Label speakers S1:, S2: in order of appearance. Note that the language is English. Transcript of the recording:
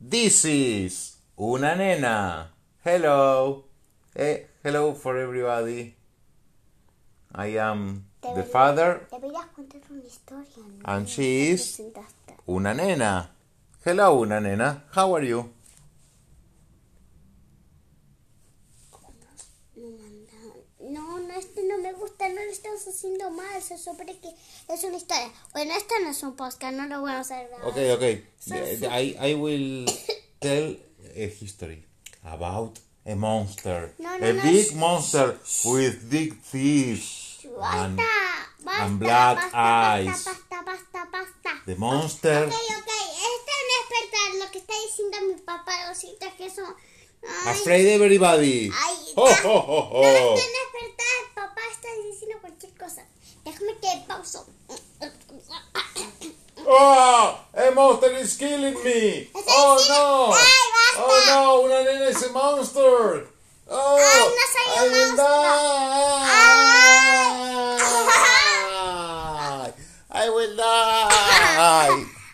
S1: This is una nena. Hello. Eh, hello for everybody. I am the
S2: Deberías-
S1: father
S2: Deberías contar una historia. ¿no?
S1: and she is
S2: Presentaste.
S1: una nena. Hello, una nena. How are you?
S2: No, manda- No, no, este no me gusta, no lo estamos haciendo mal, se supone que es una historia. Bueno, esto no es un podcast, no lo vamos a grabar.
S1: Okay, okay.
S2: Ah, So-
S1: I, I will tell a history about a monster.
S2: No, no,
S1: a
S2: no.
S1: big monster with big teeth. And
S2: Basta, basta,
S1: and black
S2: basta,
S1: eyes.
S2: basta, basta, basta, basta.
S1: the monster
S2: Ok, ok, este no es verdad, lo que está diciendo mi papá, osito, que eso... Ay,
S1: afraid everybody.
S2: ay,
S1: Ho,
S2: ya.
S1: ho, ho,
S2: No, esto no
S1: ho.
S2: es verdad, papá está diciendo cualquier cosa. Déjame que pauso.
S1: Oh, a monster is killing me!
S2: Estoy
S1: Oh
S2: diciendo-
S1: no!
S2: ¡Ay, basta!
S1: Oh no, una nena es a monster! Oh,
S2: Ay, Ah, no soy
S1: I
S2: un
S1: will
S2: monstruo. Ah.
S1: die! I will die!